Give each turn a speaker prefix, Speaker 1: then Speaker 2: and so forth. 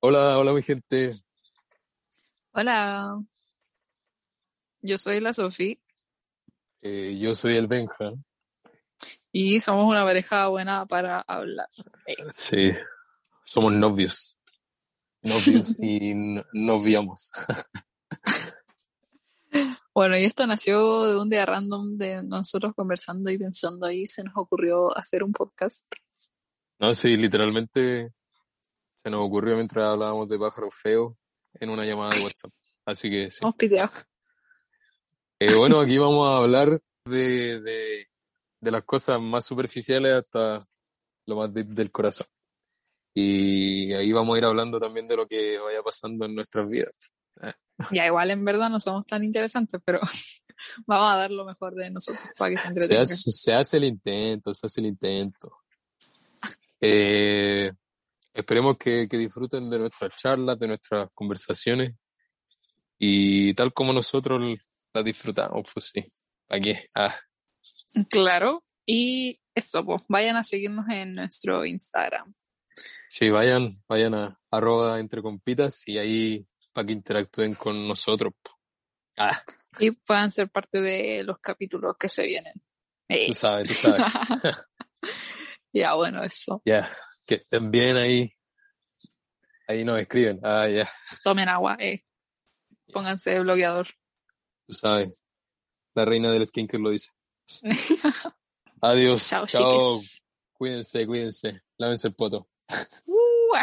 Speaker 1: Hola, hola mi gente.
Speaker 2: Hola, yo soy la Sofi
Speaker 1: Eh, yo soy el Benja.
Speaker 2: y somos una pareja buena para hablar.
Speaker 1: Sí. Somos novios. Novios y no- noviamos.
Speaker 2: Bueno, y esto nació de un día random de nosotros conversando y pensando ahí, se nos ocurrió hacer un podcast.
Speaker 1: No, sí, literalmente se nos ocurrió mientras hablábamos de pájaros feos en una llamada de WhatsApp. Así que sí.
Speaker 2: Hemos piteado.
Speaker 1: Eh, bueno, aquí vamos a hablar de, de, de las cosas más superficiales hasta lo más deep del corazón. Y ahí vamos a ir hablando también de lo que vaya pasando en nuestras vidas.
Speaker 2: Ya igual en verdad no somos tan interesantes, pero vamos a dar lo mejor de nosotros para que se
Speaker 1: Se
Speaker 2: entretengan.
Speaker 1: hace, se hace el intento, se hace el intento. Eh, esperemos que, que disfruten de nuestras charlas, de nuestras conversaciones y tal como nosotros las disfrutamos, pues sí. ¿Para qué? Ah,
Speaker 2: Claro, y eso, pues vayan a seguirnos en nuestro Instagram.
Speaker 1: sí, vayan, vayan a arroba entre compitas y ahí para que interactúen con nosotros. po. Ah,
Speaker 2: Y puedan ser parte de los capítulos que se vienen. Eh.
Speaker 1: tú sabes, tú sabes.
Speaker 2: ya, bueno, eso.
Speaker 1: Ya, que estén bien ahí. Ahí nos escriben. Ah, ya,
Speaker 2: Tomen agua, eh. Pónganse bloqueador.
Speaker 1: tú sabes. La reina del skinker lo dice. Adiós.
Speaker 2: Chao,
Speaker 1: Pues, Chao.
Speaker 2: chiques.
Speaker 1: Cuídense, cuídense. Lávense el poto.
Speaker 2: Uh,